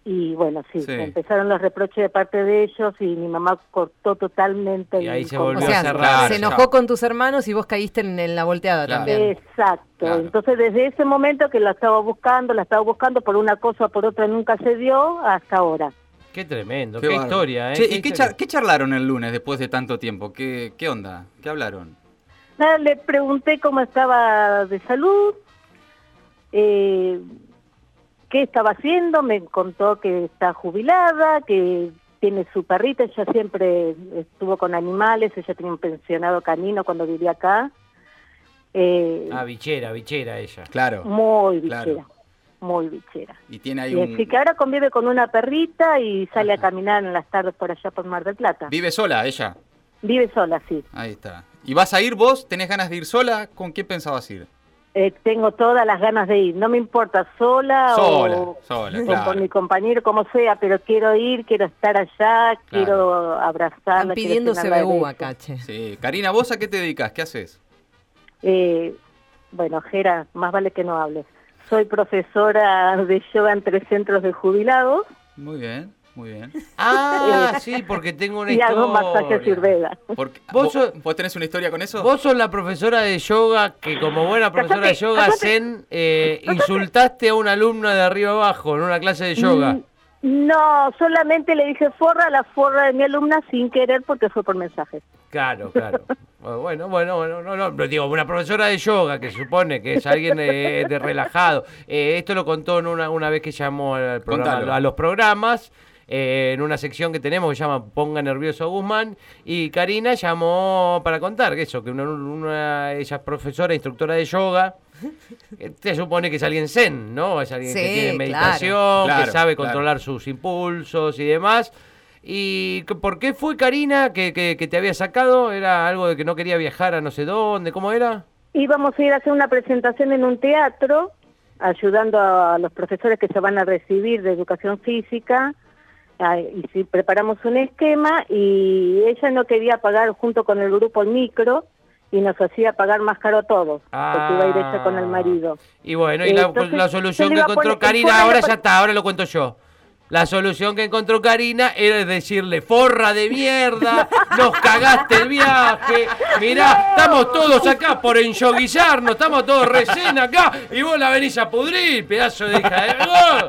[SPEAKER 7] y bueno, sí,
[SPEAKER 5] Sí.
[SPEAKER 7] empezaron los reproches de parte de ellos y mi mamá cortó totalmente.
[SPEAKER 5] Y
[SPEAKER 7] el
[SPEAKER 5] ahí se
[SPEAKER 7] contacto.
[SPEAKER 8] O
[SPEAKER 5] volvió
[SPEAKER 8] sea,
[SPEAKER 5] a cerrar.
[SPEAKER 8] se enojó con tus hermanos y vos caíste en, en la volteada
[SPEAKER 5] Claro.
[SPEAKER 8] también.
[SPEAKER 7] Exacto. Entonces desde ese momento que la estaba buscando, la estaba buscando por una cosa o por otra, nunca se dio hasta ahora.
[SPEAKER 5] Qué tremendo,
[SPEAKER 6] Qué
[SPEAKER 5] qué,
[SPEAKER 6] bárbaro.
[SPEAKER 5] historia, ¿eh?
[SPEAKER 6] Che, ¿Y qué,
[SPEAKER 5] historia.
[SPEAKER 6] char- qué charlaron el lunes después de tanto tiempo? ¿Qué, qué onda? ¿Qué hablaron?
[SPEAKER 7] Nada, le pregunté cómo estaba de salud, eh, qué estaba haciendo, me contó que está jubilada, que tiene su perrita, ella siempre estuvo con animales, ella tenía un pensionado canino cuando vivía acá. Eh,
[SPEAKER 5] Ah, bichera, bichera ella.
[SPEAKER 6] Claro.
[SPEAKER 7] muy bichera,
[SPEAKER 6] claro.
[SPEAKER 7] muy bichera.
[SPEAKER 6] Y tiene ahí
[SPEAKER 7] Y así
[SPEAKER 6] un...
[SPEAKER 7] que ahora convive con una perrita y sale a caminar en las tardes por allá por Mar del Plata.
[SPEAKER 6] Vive sola ella.
[SPEAKER 7] Vive sola, sí.
[SPEAKER 6] Ahí está. ¿Y vas a ir vos? ¿Tenés ganas de ir sola? ¿Con quién pensabas ir?
[SPEAKER 7] Eh, tengo todas las ganas de ir, no me importa sola,
[SPEAKER 6] Sola,
[SPEAKER 7] Ah, o
[SPEAKER 6] sola,
[SPEAKER 7] con,
[SPEAKER 6] claro.
[SPEAKER 7] con mi compañero, como sea, pero quiero ir, quiero estar allá, quiero abrazarla.
[SPEAKER 11] Ah,
[SPEAKER 8] Están pidiendo CBU
[SPEAKER 7] CBU
[SPEAKER 8] acá, che.
[SPEAKER 6] Sí. Karina, ¿vos a qué te dedicas? ¿Qué haces?
[SPEAKER 7] Eh, bueno, Jera, más vale que no hables. Soy profesora de yoga en tres centros de jubilados
[SPEAKER 6] Muy bien, muy bien.
[SPEAKER 5] Ah, sí, porque tengo una
[SPEAKER 7] y hago masaje
[SPEAKER 5] historia.
[SPEAKER 7] ayurveda.
[SPEAKER 6] Porque,
[SPEAKER 5] Vos
[SPEAKER 6] ¿Vos,
[SPEAKER 5] sos-
[SPEAKER 6] vos tenés una historia con eso?
[SPEAKER 5] Vos sos la profesora de yoga que como buena profesora de
[SPEAKER 7] Cállate,
[SPEAKER 5] yoga
[SPEAKER 7] cállate.
[SPEAKER 5] zen eh, insultaste a una alumna de arriba abajo en una clase de yoga.
[SPEAKER 7] Mm, No, solamente le dije forra a la forra de mi alumna sin querer porque fue por mensaje.
[SPEAKER 5] Claro, claro. Bueno, bueno, bueno, no, no, pero digo, una profesora de yoga que supone que es alguien eh, de relajado. Eh, esto lo contó en una, una vez que llamó al programa-
[SPEAKER 6] Contalo.
[SPEAKER 5] a los programas, eh, en una sección que tenemos que se llama Ponga Nervioso a Guzmán, y Karina llamó para contar que eso, que una, una- ella es profesora, instructora de yoga, eh, se supone que es alguien zen, ¿no? Es alguien que
[SPEAKER 8] Sí,
[SPEAKER 5] tiene
[SPEAKER 8] claro.
[SPEAKER 5] meditación,
[SPEAKER 6] Claro,
[SPEAKER 5] que sabe
[SPEAKER 6] claro.
[SPEAKER 5] controlar sus impulsos y demás. ¿Y que- por qué fue Karina que, que- que te había sacado? ¿Era algo de que no quería viajar a no sé dónde? ¿Cómo era?
[SPEAKER 7] íbamos a ir a hacer una presentación en un teatro, ayudando a los profesores que se van a recibir de educación física, Ah, y si preparamos un esquema y ella no quería pagar junto con el grupo el micro y nos hacía pagar más caro todo, porque iba a ir ella con el marido.
[SPEAKER 5] Y bueno, y la, pues,
[SPEAKER 7] Entonces,
[SPEAKER 5] la
[SPEAKER 7] yo
[SPEAKER 5] solución
[SPEAKER 7] le
[SPEAKER 5] que
[SPEAKER 7] iba a
[SPEAKER 5] encontró
[SPEAKER 7] poner-
[SPEAKER 5] Karina,
[SPEAKER 7] después le
[SPEAKER 5] ahora
[SPEAKER 7] iba a
[SPEAKER 5] ya está, ahora lo cuento yo. La solución que encontró Karina era decirle, forra de mierda, nos cagaste el viaje, mirá, estamos todos acá por enyoguillarnos, estamos todos recién acá, y vos la venís a pudrir, pedazo de hija de... ¡Oh!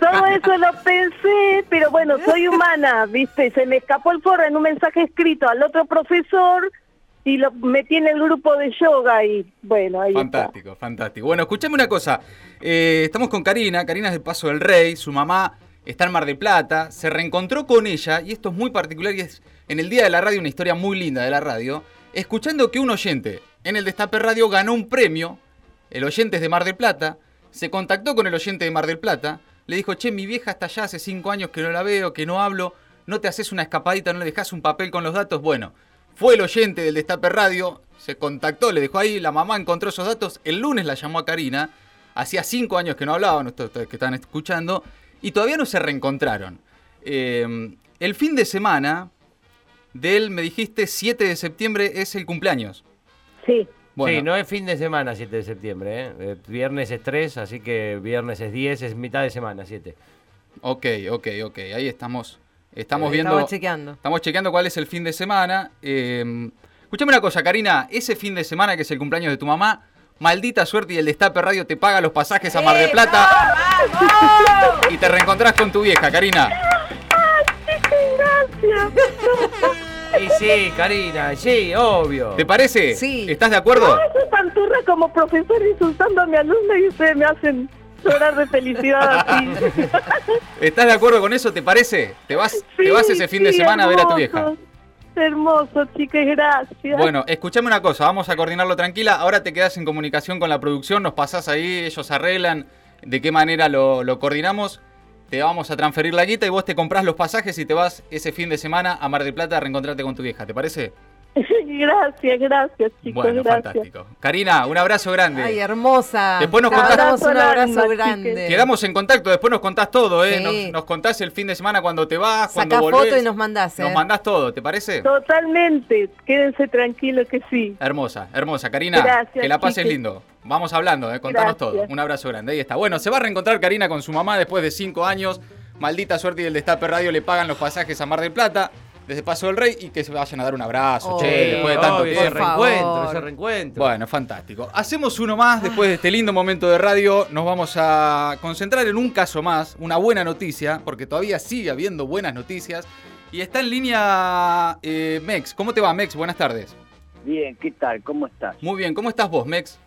[SPEAKER 7] Todo eso lo pensé, pero bueno, soy humana, ¿viste? Se me escapó el forro en un mensaje escrito al otro profesor y lo metí en el grupo de yoga y bueno, ahí está.
[SPEAKER 6] Fantástico, fantástico. Bueno, escuchame una cosa. Eh, estamos con Karina. Karina es de Paso del Rey. Su mamá está en Mar de Plata. Se reencontró con ella. Y esto es muy particular. Y es en el día de la radio, una historia muy linda de la radio. Escuchando que un oyente en el Destape Radio ganó un premio. El oyente es de Mar del Plata. Se contactó con el oyente de Mar del Plata. Le dijo, che, mi vieja está allá hace cinco años que no la veo, que no hablo. No te haces una escapadita, no le dejas un papel con los datos. Bueno, fue el oyente del Destape Radio, se contactó, le dejó ahí, la mamá encontró esos datos, el lunes la llamó a Karina, hacía cinco años que no hablaban, ustedes ustedes que están escuchando, y todavía no se reencontraron. Eh, el fin de semana del, me dijiste, 7 de septiembre es el cumpleaños.
[SPEAKER 7] Sí.
[SPEAKER 6] Bueno.
[SPEAKER 5] Sí, no es fin de semana 7 de septiembre, ¿eh? Eh, Viernes es 3, así que viernes es 10, es mitad de semana 7.
[SPEAKER 6] Ok, ok, ok, ahí estamos, estamos
[SPEAKER 8] Eh,
[SPEAKER 6] viendo...
[SPEAKER 8] estamos chequeando.
[SPEAKER 6] Estamos chequeando cuál es el fin de semana. Eh, escuchame una cosa, Karina. Ese fin de semana que es el cumpleaños de tu mamá, maldita suerte y el Destape Radio te paga los pasajes a Mar
[SPEAKER 8] ¡Eh,
[SPEAKER 6] de Plata. Y te reencontrás con tu vieja, Karina.
[SPEAKER 5] Y sí, Karina, sí, obvio.
[SPEAKER 6] ¿Te parece?
[SPEAKER 8] Sí.
[SPEAKER 6] ¿Estás de acuerdo?
[SPEAKER 7] Ay, soy panturra como profesor insultando a mi alumno y ustedes me hacen llorar de felicidad así.
[SPEAKER 6] ¿Estás de acuerdo con eso? ¿Te parece? ¿Te vas, te
[SPEAKER 7] Sí,
[SPEAKER 6] vas ese fin de
[SPEAKER 7] sí,
[SPEAKER 6] semana a ver a tu vieja?
[SPEAKER 7] hermoso, Hermoso, chicas, gracias.
[SPEAKER 6] Bueno, escuchame una cosa, vamos a coordinarlo tranquila. Ahora te quedas en comunicación con la producción, nos pasás ahí, ellos arreglan de qué manera lo, lo coordinamos. Te vamos a transferir la guita y vos te comprás los pasajes y te vas ese fin de semana a Mar del Plata a reencontrarte con tu vieja, ¿te parece?
[SPEAKER 7] gracias, gracias, chicos,
[SPEAKER 6] bueno,
[SPEAKER 7] gracias.
[SPEAKER 6] fantástico. Karina, un abrazo grande.
[SPEAKER 8] Ay, hermosa.
[SPEAKER 6] Después nos
[SPEAKER 8] Te
[SPEAKER 6] contás-
[SPEAKER 8] mandamos un
[SPEAKER 7] Abrazo al
[SPEAKER 8] abrazo
[SPEAKER 7] alma,
[SPEAKER 8] grande.
[SPEAKER 6] Quedamos en contacto, después nos contás todo, ¿eh?
[SPEAKER 8] Sí.
[SPEAKER 6] Nos, nos contás el fin de semana cuando te vas, cuando
[SPEAKER 8] Sacá
[SPEAKER 6] volvés.
[SPEAKER 8] foto y nos mandás.
[SPEAKER 6] Nos
[SPEAKER 8] eh.
[SPEAKER 6] mandás todo, ¿te parece?
[SPEAKER 7] Totalmente, quédense tranquilos que sí.
[SPEAKER 6] Hermosa, hermosa. Karina,
[SPEAKER 7] Gracias,
[SPEAKER 6] que la pases
[SPEAKER 7] chiquis.
[SPEAKER 6] lindo. Vamos hablando, eh, contanos
[SPEAKER 7] Gracias.
[SPEAKER 6] todo. Un abrazo grande, ahí está. Bueno, se va a reencontrar Karina con su mamá después de cinco años. Maldita suerte y el Destape Radio le pagan los pasajes a Mar del Plata, desde Paso del Rey, y que se vayan a dar un abrazo,
[SPEAKER 8] Oh,
[SPEAKER 6] che,
[SPEAKER 8] Sí,
[SPEAKER 6] después de tanto
[SPEAKER 5] obvio, ese
[SPEAKER 8] por
[SPEAKER 6] tiempo.
[SPEAKER 8] favor.
[SPEAKER 5] reencuentro, ese reencuentro.
[SPEAKER 6] Bueno, fantástico. Hacemos uno más después de este lindo momento de radio. Nos vamos a concentrar en un caso más, una buena noticia, porque todavía sigue habiendo buenas noticias. Y está en línea eh, Mex. ¿Cómo te va, Mex? Buenas tardes.
[SPEAKER 11] Bien, ¿qué tal? ¿Cómo estás?
[SPEAKER 6] Muy bien, ¿cómo estás vos, Mex?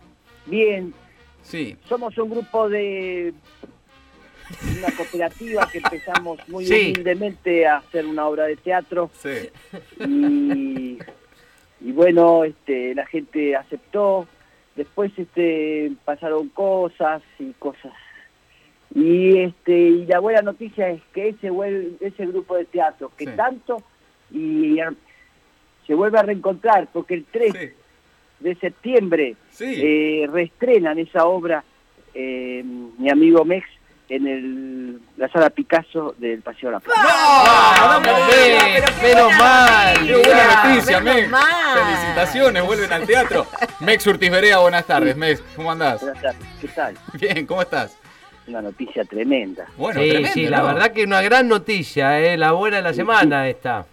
[SPEAKER 11] Bien,
[SPEAKER 6] Sí.
[SPEAKER 11] somos un grupo de una cooperativa que empezamos muy
[SPEAKER 5] Sí.
[SPEAKER 11] humildemente a hacer una obra de teatro
[SPEAKER 6] Sí.
[SPEAKER 11] y, y bueno, este, la gente aceptó. Después este, pasaron cosas y cosas. Y, este, y la buena noticia es que ese, vuel- ese grupo de teatro que
[SPEAKER 6] Sí.
[SPEAKER 11] tanto y se vuelve a reencontrar porque el 3
[SPEAKER 6] Sí.
[SPEAKER 11] de septiembre
[SPEAKER 6] Sí.
[SPEAKER 11] eh, reestrenan esa obra eh, mi amigo Mex en el, la sala Picasso del Paseo de la Plaza.
[SPEAKER 6] Ah,
[SPEAKER 5] ¡Vamos, Mex! ¡Menos mal!
[SPEAKER 6] ¡Qué buena
[SPEAKER 8] Mira,
[SPEAKER 6] noticia,
[SPEAKER 8] menos
[SPEAKER 6] Mex!
[SPEAKER 8] mal.
[SPEAKER 6] ¡Felicitaciones! ¡Vuelven al teatro! Mex Urtiz Berea, buenas tardes, Mex. ¿Cómo andás?
[SPEAKER 11] Buenas tardes, ¿qué tal?
[SPEAKER 6] Bien, ¿cómo estás?
[SPEAKER 11] Una noticia tremenda.
[SPEAKER 6] Bueno,
[SPEAKER 5] sí,
[SPEAKER 6] tremendo,
[SPEAKER 5] sí, la
[SPEAKER 6] ¿no?
[SPEAKER 5] verdad que una gran noticia, ¿eh? la buena de la semana esta.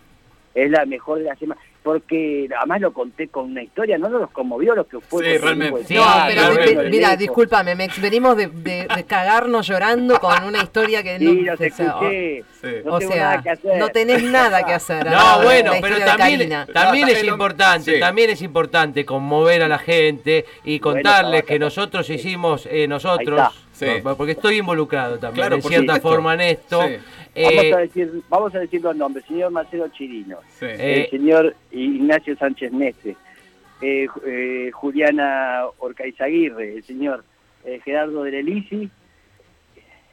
[SPEAKER 11] Es la mejor de la semana. Porque además lo conté con una historia, no nos conmovió lo que Pues, fue.
[SPEAKER 6] Sí,
[SPEAKER 11] porque
[SPEAKER 6] realmente.
[SPEAKER 11] fue-
[SPEAKER 5] Sí,
[SPEAKER 8] No,
[SPEAKER 5] Ah,
[SPEAKER 8] pero
[SPEAKER 5] la
[SPEAKER 8] di-
[SPEAKER 5] verdad.
[SPEAKER 8] di- mira, discúlpame, Mex, venimos de, de- de cagarnos llorando con una historia que no...
[SPEAKER 11] Sí, los
[SPEAKER 8] o sea, o-
[SPEAKER 11] escuché.
[SPEAKER 6] Sí.
[SPEAKER 11] No
[SPEAKER 8] o
[SPEAKER 11] tengo
[SPEAKER 8] sea,
[SPEAKER 11] nada que hacer.
[SPEAKER 8] no tenés nada que hacer. ahora,
[SPEAKER 5] No, bueno,
[SPEAKER 8] la
[SPEAKER 5] pero
[SPEAKER 8] historia de
[SPEAKER 5] también,
[SPEAKER 8] Karina.
[SPEAKER 5] también
[SPEAKER 6] No,
[SPEAKER 5] es
[SPEAKER 6] también lo-
[SPEAKER 5] importante,
[SPEAKER 6] sí.
[SPEAKER 5] también es importante conmover a la gente y
[SPEAKER 11] Bueno,
[SPEAKER 5] contarles
[SPEAKER 11] trabaja
[SPEAKER 5] que
[SPEAKER 11] también.
[SPEAKER 5] nosotros hicimos, eh, nosotros,
[SPEAKER 11] Ahí
[SPEAKER 6] está. Sí.
[SPEAKER 5] por- porque estoy involucrado también,
[SPEAKER 6] Claro,
[SPEAKER 5] de
[SPEAKER 6] por
[SPEAKER 5] cierta
[SPEAKER 6] supuesto.
[SPEAKER 5] forma, en esto.
[SPEAKER 6] Sí.
[SPEAKER 11] Vamos, a
[SPEAKER 5] Eh,
[SPEAKER 11] decir, vamos a decir los nombres. Señor Marcelo Chirino,
[SPEAKER 6] Sí.
[SPEAKER 5] Eh.
[SPEAKER 11] el señor Ignacio Sánchez Mestre, eh, Ju- eh, Juliana Orcaizaguirre, el señor eh, Gerardo de Lelisi,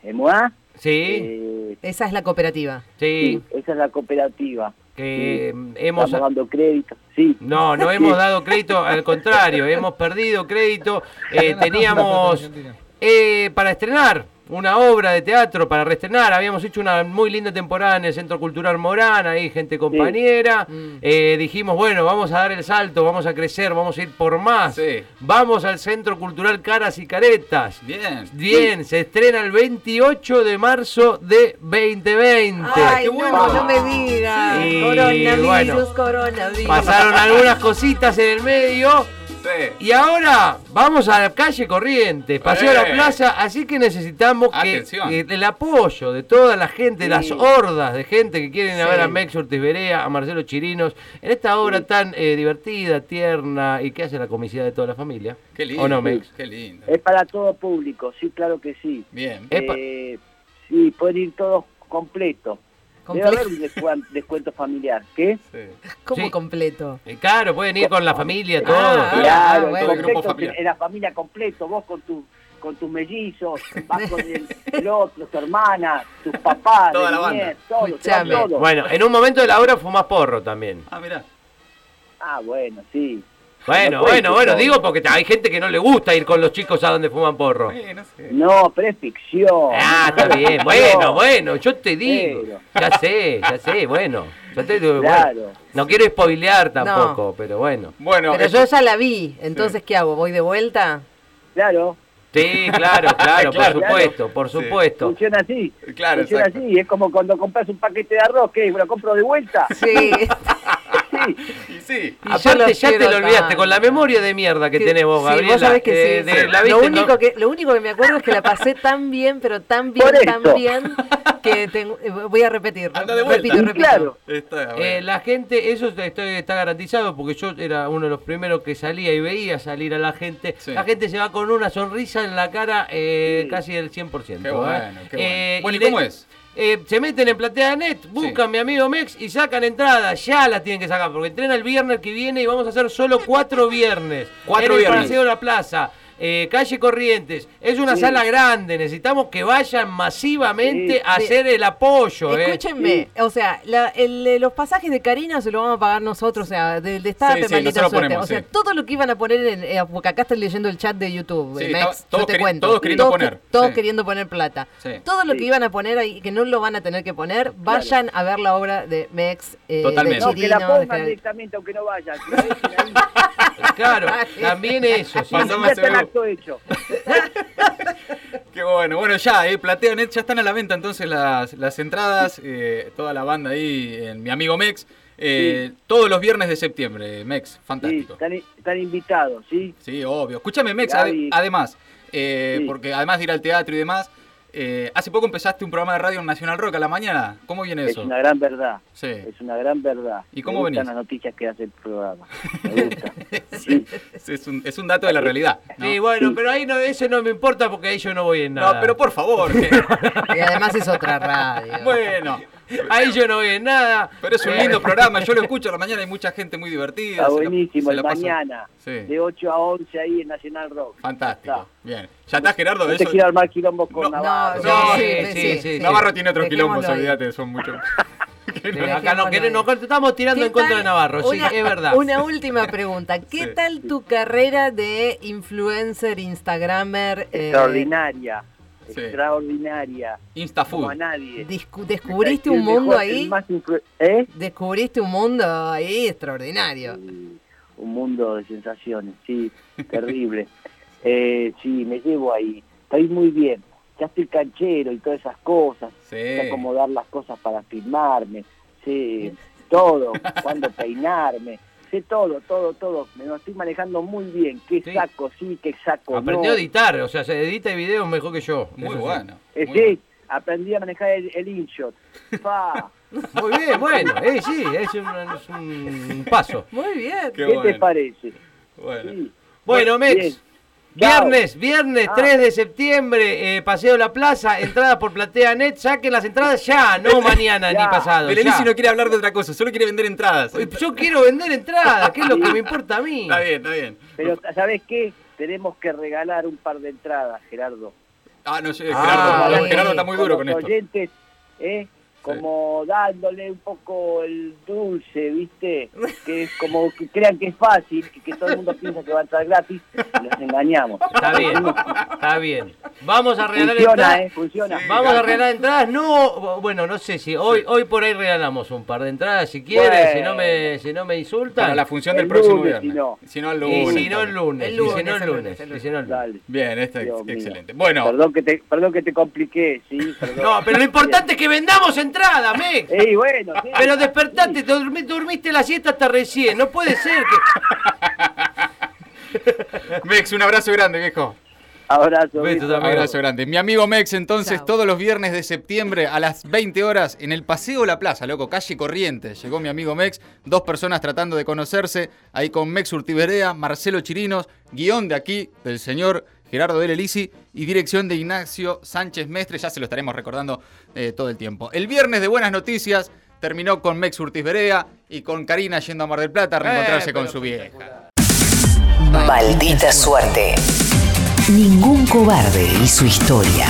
[SPEAKER 11] Emoa.
[SPEAKER 5] sí,
[SPEAKER 8] Esa es la cooperativa.
[SPEAKER 5] sí,
[SPEAKER 11] Eh, esa es la cooperativa.
[SPEAKER 5] que em,
[SPEAKER 11] Sí.
[SPEAKER 5] hemos...
[SPEAKER 11] Estamos dando crédito. Sí.
[SPEAKER 5] No, no hemos dado crédito, al contrario, hemos perdido crédito. Eh, teníamos eh, para estrenar una obra de teatro para restrenar. Habíamos hecho una muy linda temporada en el Centro Cultural Morán, ahí gente compañera. Eh, dijimos, bueno, vamos a dar el salto, vamos a crecer, vamos a ir por más. Vamos al Centro Cultural Caras y Caretas.
[SPEAKER 6] Bien.
[SPEAKER 5] Bien, se estrena el 28 de marzo de 2020.
[SPEAKER 12] Ay, no, no me digas.
[SPEAKER 5] Sí,
[SPEAKER 12] coronavirus,
[SPEAKER 5] bueno.
[SPEAKER 12] coronavirus.
[SPEAKER 5] Pasaron algunas cositas en el medio. Y ahora vamos a la calle Corrientes, paseo a la
[SPEAKER 13] Eh.
[SPEAKER 5] plaza, así que necesitamos que,
[SPEAKER 13] Atención.
[SPEAKER 5] que el apoyo de toda la gente,
[SPEAKER 13] Sí.
[SPEAKER 5] las hordas de gente que quieren ir a
[SPEAKER 13] Sí.
[SPEAKER 5] ver a Mex Ortiz Berea, a Marcelo Chirinos, en esta obra tan eh, divertida, tierna y que hace la comicidad de toda la familia.
[SPEAKER 6] Qué lindo.
[SPEAKER 5] ¿O no, Mex?
[SPEAKER 6] Qué lindo.
[SPEAKER 11] Es para todo público, sí, claro que sí.
[SPEAKER 6] Bien.
[SPEAKER 11] Eh, sí, pueden ir todos completos. Debe
[SPEAKER 8] ¿Completo?
[SPEAKER 11] haber un descuan- descuento familiar, ¿qué?
[SPEAKER 8] ¿Cómo completo?
[SPEAKER 5] Eh, Claro, pueden ir con la familia, todos.
[SPEAKER 11] Ah, claro,
[SPEAKER 5] todo
[SPEAKER 11] el
[SPEAKER 5] el grupo
[SPEAKER 11] concepto
[SPEAKER 5] familiar.
[SPEAKER 11] que- en la familia completo, vos con tu con tus mellizos, vas con el, el otro, tu hermana, tus papás,
[SPEAKER 5] Toda
[SPEAKER 11] de
[SPEAKER 5] la
[SPEAKER 11] Liniers,
[SPEAKER 5] banda.
[SPEAKER 11] todos, se van todos.
[SPEAKER 5] Bueno, en un momento de la obra fumás porro también.
[SPEAKER 6] Ah, mirá.
[SPEAKER 11] Ah, bueno, sí.
[SPEAKER 5] Bueno,
[SPEAKER 11] No puede
[SPEAKER 5] bueno,
[SPEAKER 11] ser
[SPEAKER 5] bueno,
[SPEAKER 11] todo.
[SPEAKER 5] digo porque hay gente que no le gusta ir con los chicos a donde fuman porro.
[SPEAKER 11] No, pero es ficción.
[SPEAKER 5] Ah, está bien. Bueno, bueno, yo te digo. Ya sé, ya sé, bueno. Yo te digo, bueno,
[SPEAKER 8] Claro.
[SPEAKER 5] No quiero spoilear tampoco, pero bueno.
[SPEAKER 6] Bueno,
[SPEAKER 8] Pero yo ya la vi, entonces ¿qué hago? ¿Voy de vuelta?
[SPEAKER 11] Claro.
[SPEAKER 5] Sí, claro, claro, por
[SPEAKER 11] Claro.
[SPEAKER 5] supuesto, por supuesto.
[SPEAKER 11] Funciona así.
[SPEAKER 6] Claro,
[SPEAKER 11] Funciona
[SPEAKER 6] exacto.
[SPEAKER 11] así. Es como cuando compras un paquete de arroz, que lo compro de vuelta.
[SPEAKER 8] Sí.
[SPEAKER 6] Y sí.
[SPEAKER 8] yo
[SPEAKER 5] Aparte
[SPEAKER 8] lo
[SPEAKER 5] ya te
[SPEAKER 8] quiero
[SPEAKER 5] lo olvidaste
[SPEAKER 8] tanto.
[SPEAKER 5] con la memoria de mierda que
[SPEAKER 8] Sí,
[SPEAKER 5] tenés vos,
[SPEAKER 8] sí,
[SPEAKER 5] Gabriela.
[SPEAKER 8] vos sabés que
[SPEAKER 5] eh,
[SPEAKER 8] sí.
[SPEAKER 5] de-
[SPEAKER 8] sí.
[SPEAKER 5] la
[SPEAKER 8] lo,
[SPEAKER 5] viste,
[SPEAKER 8] único
[SPEAKER 5] ¿no?
[SPEAKER 8] que, lo único que me acuerdo es que la pasé tan bien, pero tan bien,
[SPEAKER 5] Por
[SPEAKER 8] tan
[SPEAKER 5] eso.
[SPEAKER 8] bien, que tengo- eh, voy a repetir. repito,
[SPEAKER 5] Y
[SPEAKER 8] repito.
[SPEAKER 5] Eh, la gente, eso te- estoy- está garantizado porque yo era uno de los primeros que salía y veía salir a la gente. La gente se va con una sonrisa en la cara eh, casi del 100%.
[SPEAKER 6] Qué
[SPEAKER 5] ¿eh?
[SPEAKER 6] bueno, qué bueno.
[SPEAKER 5] Eh,
[SPEAKER 6] Bueno, ¿y
[SPEAKER 5] de-
[SPEAKER 6] cómo es?
[SPEAKER 5] eh, se meten en PlateaNet, buscan mi amigo Mex y sacan entrada. Ya las tienen que sacar porque entrena el viernes que viene y vamos a hacer solo cuatro viernes.
[SPEAKER 6] Cuatro
[SPEAKER 5] en el
[SPEAKER 6] viernes.
[SPEAKER 5] Paseo de la Plaza. eh, calle Corrientes, es una
[SPEAKER 8] Sí.
[SPEAKER 5] sala grande, necesitamos que vayan masivamente
[SPEAKER 8] Sí.
[SPEAKER 5] a
[SPEAKER 8] Sí.
[SPEAKER 5] hacer el apoyo. ¿eh?
[SPEAKER 8] Escúchenme, o sea, la- el, eh, los pasajes de Karina se los vamos a pagar nosotros, o sea, del de esta
[SPEAKER 6] Sí, sí,
[SPEAKER 8] maldita
[SPEAKER 6] nosotros
[SPEAKER 8] suerte.
[SPEAKER 6] ponemos,
[SPEAKER 8] o sea,
[SPEAKER 6] sí.
[SPEAKER 8] todo lo que iban a poner en, eh, porque acá están leyendo el chat de YouTube,
[SPEAKER 6] Sí,
[SPEAKER 8] eh, Mex,
[SPEAKER 6] estaba-
[SPEAKER 8] yo
[SPEAKER 6] todos
[SPEAKER 8] te
[SPEAKER 6] queri-
[SPEAKER 8] cuento.
[SPEAKER 6] todos queriendo
[SPEAKER 8] Todos
[SPEAKER 6] poner,
[SPEAKER 8] que- todos
[SPEAKER 6] sí.
[SPEAKER 8] queriendo poner plata.
[SPEAKER 6] Sí.
[SPEAKER 8] Todo lo que iban a poner ahí, que no lo van a tener que poner, vayan a ver la obra de Mex. eh,
[SPEAKER 5] Totalmente.
[SPEAKER 8] de
[SPEAKER 5] No, que la
[SPEAKER 8] Chirino,
[SPEAKER 5] pongan
[SPEAKER 8] de Gerardo.
[SPEAKER 11] Directamente, aunque no vayan.
[SPEAKER 5] Claro, también eso. sí.
[SPEAKER 11] Ya está el acto hecho.
[SPEAKER 6] Qué bueno. Bueno, ya, eh, PlateaNet, ya están a la venta entonces las, las entradas. eh, toda la banda ahí, en mi amigo Mex. eh, Todos los viernes de septiembre, Mex. Fantástico.
[SPEAKER 11] Están, están invitados, ¿sí?
[SPEAKER 6] Sí, obvio. Escúchame, Mex,
[SPEAKER 11] Gaby.
[SPEAKER 6] ade- además, eh, porque además de ir al teatro y demás, eh, hace poco empezaste un programa de radio en Nacional Rock a la mañana. ¿Cómo viene
[SPEAKER 11] Es
[SPEAKER 6] eso?
[SPEAKER 11] una gran verdad.
[SPEAKER 6] Sí.
[SPEAKER 11] Es una gran verdad.
[SPEAKER 6] ¿Y cómo
[SPEAKER 11] Me
[SPEAKER 6] venís?
[SPEAKER 11] gustan las noticias que hace el programa.
[SPEAKER 6] Es, un, es un dato de la realidad. ¿no?
[SPEAKER 5] Sí, bueno, pero ahí no, ese no me importa porque ahí yo no voy en nada.
[SPEAKER 6] No, pero por favor. que-
[SPEAKER 8] Y además es otra radio.
[SPEAKER 6] bueno.
[SPEAKER 5] Ahí yo no veo nada. Eh,
[SPEAKER 6] Pero es un lindo programa, yo lo escucho a la mañana, hay mucha gente muy divertida.
[SPEAKER 11] Está
[SPEAKER 6] se la-
[SPEAKER 11] buenísimo.
[SPEAKER 6] se
[SPEAKER 11] El
[SPEAKER 6] la pasa-
[SPEAKER 11] mañana,
[SPEAKER 6] Sí.
[SPEAKER 11] de 8 a 11 ahí en Nacional Rock.
[SPEAKER 6] Fantástico. Bien. Ya está Gerardo de
[SPEAKER 11] No te
[SPEAKER 6] eso.
[SPEAKER 11] quiero armar quilombos Este con Navarro.
[SPEAKER 6] No,
[SPEAKER 5] Sí, sí, sí, sí.
[SPEAKER 6] Navarro tiene otros
[SPEAKER 5] Dejémoslo
[SPEAKER 6] quilombos,
[SPEAKER 5] ahí.
[SPEAKER 6] olvídate, son muchos. Que no-
[SPEAKER 5] Acá no, que no- nos estamos tirando en contra de Navarro, sí,
[SPEAKER 8] Una-
[SPEAKER 5] es verdad.
[SPEAKER 8] Una última pregunta. ¿Qué
[SPEAKER 6] Sí.
[SPEAKER 8] tal tu carrera de influencer, instagramer? eh,
[SPEAKER 11] Extraordinaria. Extraordinaria. Este Como
[SPEAKER 6] Instafood.
[SPEAKER 11] a nadie.
[SPEAKER 8] discu- ¿Descubriste un
[SPEAKER 11] El mejor,
[SPEAKER 8] mundo
[SPEAKER 11] el
[SPEAKER 8] ahí?
[SPEAKER 11] más influ- ¿Eh?
[SPEAKER 8] Descubriste un mundo ahí extraordinario.
[SPEAKER 11] un mundo de sensaciones, sí, terrible. Eh, sí, me llevo ahí, estoy muy bien, ya estoy canchero y todas esas cosas,
[SPEAKER 6] Sí.
[SPEAKER 11] sé acomodar las cosas para filmarme, sé todo, cuándo peinarme, sé todo, todo, todo, me lo estoy manejando muy bien, qué saco, sí, qué saco.
[SPEAKER 5] Aprendió
[SPEAKER 11] no.
[SPEAKER 5] a editar, o sea, se edita videos mejor que yo.
[SPEAKER 6] Muy
[SPEAKER 5] eso sí.
[SPEAKER 6] bueno.
[SPEAKER 11] Eh, sí, aprendí a manejar el, el InShot. Pa.
[SPEAKER 5] Muy bien, bueno, eh, sí, es un, es un paso.
[SPEAKER 8] Muy bien.
[SPEAKER 5] Qué
[SPEAKER 11] ¿Qué, te
[SPEAKER 5] bueno.
[SPEAKER 11] parece?
[SPEAKER 6] Bueno.
[SPEAKER 5] Bueno, Mex. Viernes, viernes
[SPEAKER 11] Ah.
[SPEAKER 5] 3 de septiembre, eh, Paseo de la Plaza, entradas por Platea Net, saquen las entradas ya, no mañana ni
[SPEAKER 6] Ya.
[SPEAKER 5] pasado.
[SPEAKER 6] Belenisi
[SPEAKER 5] ya.
[SPEAKER 6] no quiere hablar de otra cosa, solo quiere vender entradas.
[SPEAKER 5] Yo quiero vender entradas, que es lo que me importa a mí.
[SPEAKER 6] Está bien, está bien.
[SPEAKER 11] Pero, ¿sabes qué? Tenemos que regalar un par de entradas, Gerardo.
[SPEAKER 6] Ah, no, sé,
[SPEAKER 5] Ah,
[SPEAKER 6] Gerardo,
[SPEAKER 5] sí.
[SPEAKER 6] Gerardo está muy duro con
[SPEAKER 11] los
[SPEAKER 6] esto.
[SPEAKER 11] oyentes, ¿eh? como dándole un poco el dulce, ¿viste? Que es como que crean que es fácil, que, que todo el mundo piensa que va a entrar gratis, y los engañamos.
[SPEAKER 5] Está bien, está bien. Vamos a regalar
[SPEAKER 11] Funciona,
[SPEAKER 5] entradas.
[SPEAKER 11] eh, funciona.
[SPEAKER 5] Vamos a
[SPEAKER 11] Claro.
[SPEAKER 5] regalar entradas. No, bueno, no sé si hoy hoy por ahí regalamos un par de entradas si quieres,
[SPEAKER 6] Bueno.
[SPEAKER 5] si no me si no me insultan.
[SPEAKER 6] Para la función del El próximo lunes, viernes. si no. Si no, el
[SPEAKER 5] Y si
[SPEAKER 6] lunes,
[SPEAKER 5] no el
[SPEAKER 6] tal.
[SPEAKER 5] lunes,
[SPEAKER 6] El
[SPEAKER 5] y si
[SPEAKER 6] lunes,
[SPEAKER 5] no el
[SPEAKER 6] el
[SPEAKER 5] lunes,
[SPEAKER 6] lunes,
[SPEAKER 5] y si no el lunes.
[SPEAKER 6] Bien, esta es
[SPEAKER 5] Dios mío.
[SPEAKER 6] excelente. Bueno,
[SPEAKER 11] Perdón que te, perdón que te compliqué, sí.
[SPEAKER 5] No, pero lo importante es que vendamos entradas, Mex.
[SPEAKER 11] bueno,
[SPEAKER 5] Pero despertate, te durmi- durmiste la siesta hasta recién. No puede ser que
[SPEAKER 6] Mex, un abrazo grande, viejo.
[SPEAKER 11] Abrazo,
[SPEAKER 6] abrazo grande. Mi amigo Mex, entonces, todos los viernes de septiembre a las 20 horas en el Paseo La Plaza, loco, calle Corrientes. Llegó mi amigo Mex, dos personas tratando de conocerse, ahí con Mex Urtiberea, Marcelo Chirinos, guión de aquí del señor Gerardo Del Elisi y dirección de Ignacio Sánchez Mestre, ya se lo estaremos recordando eh, todo el tiempo. El viernes de Buenas Noticias terminó con Mex Urtiz Berea y con Karina yendo a Mar del Plata a reencontrarse con su vieja.
[SPEAKER 1] Maldita suerte. Ningún cobarde y su historia.